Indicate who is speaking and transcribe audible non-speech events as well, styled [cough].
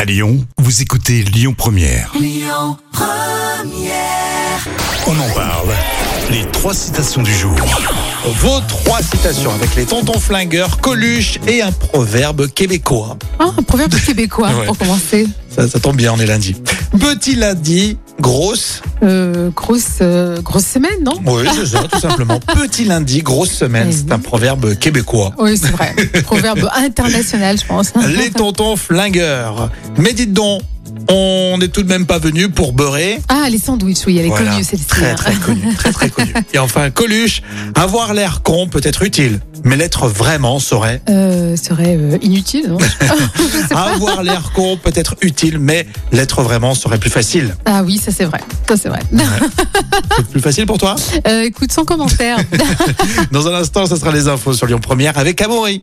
Speaker 1: À Lyon, vous écoutez Lyon Première. On en parle. Les trois citations du jour.
Speaker 2: Vos trois citations avec les tontons flingueurs, Coluche et un proverbe québécois.
Speaker 3: Ah, un proverbe québécois,
Speaker 2: [laughs] Ouais.
Speaker 3: pour commencer.
Speaker 2: Ça, ça tombe bien, on est lundi. Petit lundi, grosse.
Speaker 3: Euh, grosse, euh, grosse semaine, non Eh
Speaker 2: Oui, c'est ça, tout
Speaker 3: [laughs]
Speaker 2: simplement. Petit lundi, grosse semaine. C'est un proverbe québécois.
Speaker 3: Oui, c'est vrai.
Speaker 2: [laughs]
Speaker 3: proverbe international, je pense.
Speaker 2: Les tontons flingueurs. Mais dites donc, on n'est tout de même pas venu pour beurrer.
Speaker 3: Ah, les sandwichs, oui, elle est
Speaker 2: Voilà.
Speaker 3: connue, celle-ci.
Speaker 2: Très,
Speaker 3: hein.
Speaker 2: très connue. Très, très
Speaker 3: [laughs]
Speaker 2: connue. Et enfin, Coluche, avoir l'air con peut être utile, mais l'être vraiment serait
Speaker 3: Euh, serait euh, inutile, non
Speaker 2: [laughs] Avoir l'air con peut être utile, mais l'être vraiment serait plus
Speaker 3: [laughs]
Speaker 2: facile.
Speaker 3: Ah oui, ça c'est vrai. Ça c'est vrai.
Speaker 2: C'est plus facile pour
Speaker 3: [laughs]
Speaker 2: toi
Speaker 3: Euh, écoute, sans commentaire.
Speaker 2: Dans un instant, ça sera les infos sur Lyon Première avec Amaury.